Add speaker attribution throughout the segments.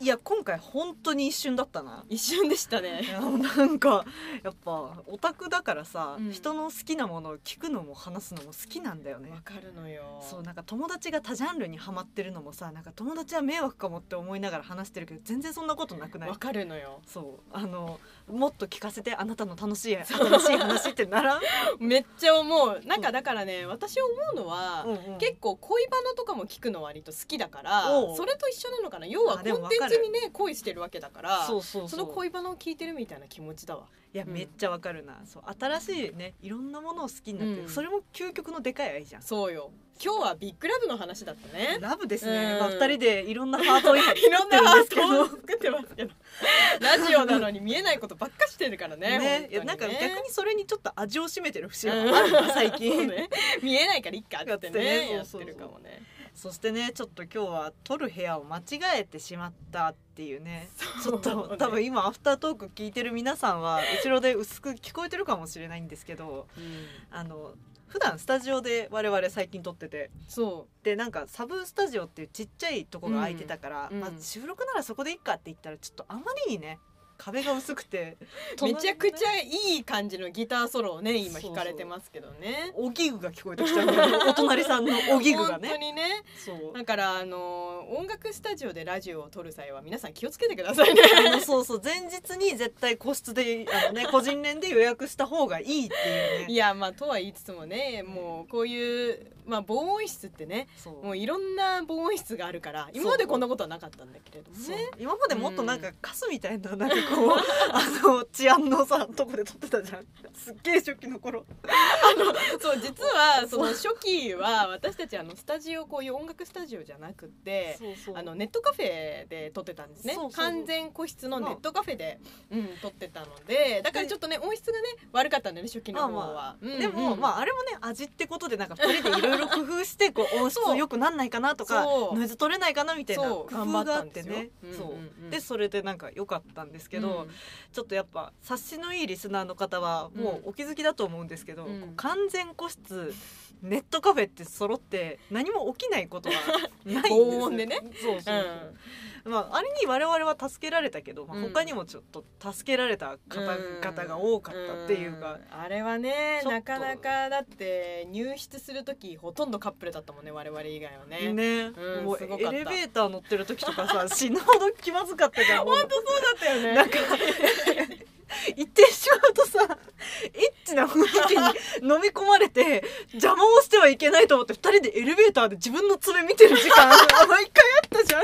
Speaker 1: いや今回本当に一瞬だった な
Speaker 2: 一瞬でした
Speaker 1: い
Speaker 2: ね
Speaker 1: やなんかやっぱオタクだからさ、
Speaker 2: うん
Speaker 1: 人の好きなものを聞くのも話すのも好きなんだよね
Speaker 2: わかるのよ
Speaker 1: そうなんか友達が多ジャンルにハマってるのもさなんか友達は迷惑かもって思いながら話してるけど全然そんなことなくない
Speaker 2: わかるのよ
Speaker 1: そうあのもっと聞かせてあなたの楽しい新しい話ってならん、
Speaker 2: めっちゃ思うなんかだからね私思うのは、
Speaker 1: うんうん
Speaker 2: 結構恋バナとかも聞くの割と好きだから
Speaker 1: おう
Speaker 2: それと一緒なのかな要はコ
Speaker 1: あ
Speaker 2: ン
Speaker 1: で
Speaker 2: テン
Speaker 1: もわかる
Speaker 2: ツにね恋してるわけだから
Speaker 1: そうそうそう
Speaker 2: の恋バナを聞いてるみたいな気持ちだわ
Speaker 1: いや、
Speaker 2: うん
Speaker 1: めっちゃわかるなそう新しいねいろんなものを好きになってる、
Speaker 2: うん
Speaker 1: それも究極のでかい愛じゃん
Speaker 2: そうよ今日はビッグラブの話だったね
Speaker 1: ラブですね
Speaker 2: う、ん
Speaker 1: まあ、2人でいろんなハートを今作
Speaker 2: いろん
Speaker 1: って
Speaker 2: な
Speaker 1: るん
Speaker 2: ハ
Speaker 1: です
Speaker 2: ー
Speaker 1: けど
Speaker 2: トを作ってますけどラジオなのに見えないことばっかしてるからね
Speaker 1: ねいやなんか
Speaker 2: 本当にね
Speaker 1: 逆にそれにちょっと味を占めてる節が
Speaker 2: うん
Speaker 1: あるな最
Speaker 2: そう
Speaker 1: 近、
Speaker 2: ね見えないからいっかってね
Speaker 1: や
Speaker 2: や
Speaker 1: っ
Speaker 2: って
Speaker 1: ね
Speaker 2: てるかもね
Speaker 1: そしてねちょっと今日は撮る部屋を間違えてしまったっていうねちょっ
Speaker 2: そう
Speaker 1: と、
Speaker 2: ね
Speaker 1: 多分今アフタートーク聞いてる皆さんは後ろで薄く聞こえてるかもしれないんですけどあの普段スタジオで我々最近撮ってて
Speaker 2: そ
Speaker 1: でなんかサブスタジオっていうちっちゃいとこが空いてたから、
Speaker 2: うんうん
Speaker 1: まあ、収録ならそこでいいかって言ったらちょっとあまりにね壁が薄く て
Speaker 2: うめちゃくち
Speaker 1: ゃ
Speaker 2: ゃいい感じのギターソロをね今
Speaker 1: そうそう
Speaker 2: 弾かれてますけどね
Speaker 1: おぎぐが聞こえてきちゃうんだけ どお隣さんのおぎぐが
Speaker 2: 本当
Speaker 1: ね
Speaker 2: にね
Speaker 1: そう
Speaker 2: だからあの音楽スタジオでラジオを撮る際は皆さん気をつけてください ね
Speaker 1: あのそうそう前日に絶対個室であの、ね、個人連で予約した方がいいっていう
Speaker 2: い
Speaker 1: ね。
Speaker 2: やまあとは言いつつもねもうこういう、まあ、防音室ってね
Speaker 1: そう
Speaker 2: もういろんな防音室があるから今までこんなことはなかったんだけれども
Speaker 1: そう
Speaker 2: ね
Speaker 1: 今までもっとなんかカスみたいななんかこう、あの治安のさとこで撮ってたじゃんすっげえ初期の頃
Speaker 2: そう実はその初期は私たちあのスタジオこういう音楽スタジオじゃなくて
Speaker 1: そうそ
Speaker 2: あのネットカフェで撮ってたんですね
Speaker 1: そうそう
Speaker 2: 完全個室のネットカフェで、うん、撮ってたのでだからちょっとね音質がね悪かったんだよね初期の方は、
Speaker 1: ま
Speaker 2: うんうん
Speaker 1: でも、まああれもね味ってことでなんか2人でいろいろ工夫してこう音質
Speaker 2: そう
Speaker 1: 良くなんないかなとか
Speaker 2: そう
Speaker 1: ノイズ取れないかなみたいな
Speaker 2: そ
Speaker 1: 工
Speaker 2: う
Speaker 1: 夫があってね
Speaker 2: 頑張ったんです
Speaker 1: そ
Speaker 2: よ
Speaker 1: う
Speaker 2: うんうんうん
Speaker 1: でそれでなんか良かったんですけど、ちょっとやっぱ察しのいいリスナーの方はもうお気づきだと思うんですけど、
Speaker 2: うん
Speaker 1: こう完全個室ネットカフェって揃って何も起きないことはないんです
Speaker 2: 防音でね
Speaker 1: そうそう
Speaker 2: う
Speaker 1: そ
Speaker 2: ん、
Speaker 1: うまあ、あれに我々は助けられたけど、まあ、
Speaker 2: うん
Speaker 1: 他にもちょっと助けられた方々が多かったっていうか、
Speaker 2: んあれはね
Speaker 1: ちょっ
Speaker 2: な
Speaker 1: と
Speaker 2: かなかだって入室する時ほとんどカップルだったもんね我々以外はね
Speaker 1: ね、
Speaker 2: うん
Speaker 1: もう
Speaker 2: すごかった
Speaker 1: エレベーター乗ってる時とか さ死ぬほど気まずかったから本当そうだ
Speaker 2: だったよね
Speaker 1: なんか言ってしまうとさエッチな雰囲気に飲み込まれて邪魔をしてはいけないと思って二人でエレベーターで自分の爪見てる時 間あの一回あったじゃん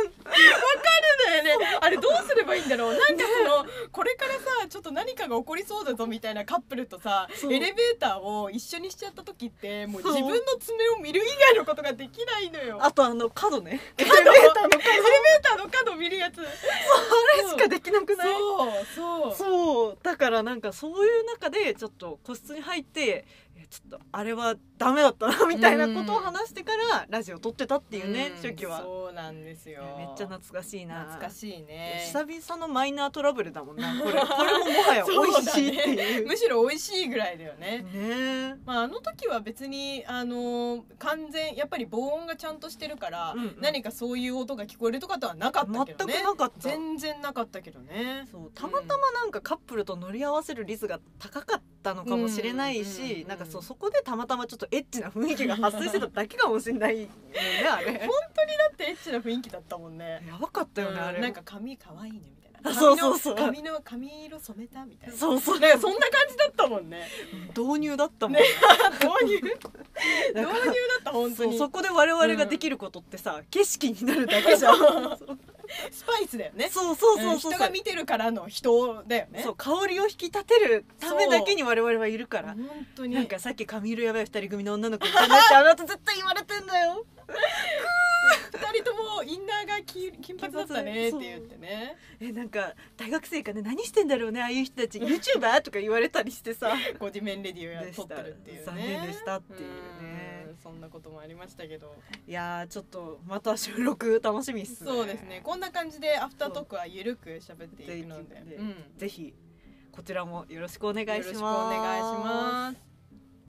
Speaker 2: だよねあれどうすればいいんだろうなんかそのこれからさちょっと何かが起こりそうだぞみたいなカップルとさ
Speaker 1: そう
Speaker 2: エレベーターを一緒にしちゃった時ってもう
Speaker 1: そう
Speaker 2: 自分の爪を見る以外のことができないのよ
Speaker 1: あとあの角ねエレ
Speaker 2: エレ
Speaker 1: ベ
Speaker 2: ベ
Speaker 1: ー
Speaker 2: ータ
Speaker 1: ター
Speaker 2: ーの
Speaker 1: の
Speaker 2: 角
Speaker 1: 角
Speaker 2: エレベーターの角を見るやつ
Speaker 1: あれしかできなくない
Speaker 2: そうそう
Speaker 1: そうだからなんかそういう中でちょっと個室に入ってえちょっとあれはダメだったなみたいなことを話してからラジオ撮ってたっていうね
Speaker 2: ん
Speaker 1: 初期は
Speaker 2: そうなんですよ
Speaker 1: めっちゃ懐かしいな
Speaker 2: 懐かしいね
Speaker 1: 久々のマイナートラブルだもん なこれこれももはや美味しいってい
Speaker 2: そううだねむしろ美味しいぐらいだよね
Speaker 1: ね
Speaker 2: まあ、あの時は別に、あのー完全やっぱり防音がちゃんとしてるから、
Speaker 1: うんうん
Speaker 2: 何かそういう音が聞こえるとかとはなかったけ
Speaker 1: 全
Speaker 2: ど
Speaker 1: く
Speaker 2: ね
Speaker 1: なかった
Speaker 2: 全然なかったけどね
Speaker 1: そうたまたまなんかカップルと乗り合わせる率が高かったのかもしれないし、
Speaker 2: うんうんうんうん
Speaker 1: なんかそうそこでたまたまちょっとエッチな雰囲気が発生してただけかもしれないよねあれ
Speaker 2: だってエッチな雰囲気だったもんね
Speaker 1: やばかったよね、あれ
Speaker 2: うんなんか髪可愛いねみたいな
Speaker 1: あそうそうそう
Speaker 2: 髪の髪の髪色染めたみたいな
Speaker 1: そうそう
Speaker 2: なんかそんな感じだったもんね
Speaker 1: 導入だったもん、
Speaker 2: ね 導入導入
Speaker 1: な
Speaker 2: だ
Speaker 1: んか
Speaker 2: った本当
Speaker 1: そう
Speaker 2: に
Speaker 1: そこで我々ができることってさ、景色になるだけじゃんそう
Speaker 2: スパイスだよね
Speaker 1: そうそうそうそう
Speaker 2: うん人が見てるからの人だよね
Speaker 1: そう香りを引き立てるためだけに我々はいるから
Speaker 2: 本当に
Speaker 1: なんかさっき髪色やばい二人組の女の子いたねってあなた絶対言われてんだよ
Speaker 2: 二人ともインナーがき金髪だったねって
Speaker 1: 金髪
Speaker 2: 言ってね
Speaker 1: えなんか大学生かね何してんだろうねああいう人たち YouTuber とか言われたりして さ
Speaker 2: ご自面レディをや
Speaker 1: で
Speaker 2: 撮
Speaker 1: し
Speaker 2: ったてるっていうね
Speaker 1: 残念でしたっていうね
Speaker 2: うんそんなこともありましたけど
Speaker 1: いやーちょっとまた収録楽しみっすね
Speaker 2: そうですねこんな感じでアフタートークはゆるく喋っていくので
Speaker 1: そう
Speaker 2: うん
Speaker 1: ぜひこちらもよろしくお願いします
Speaker 2: よろしくお願いします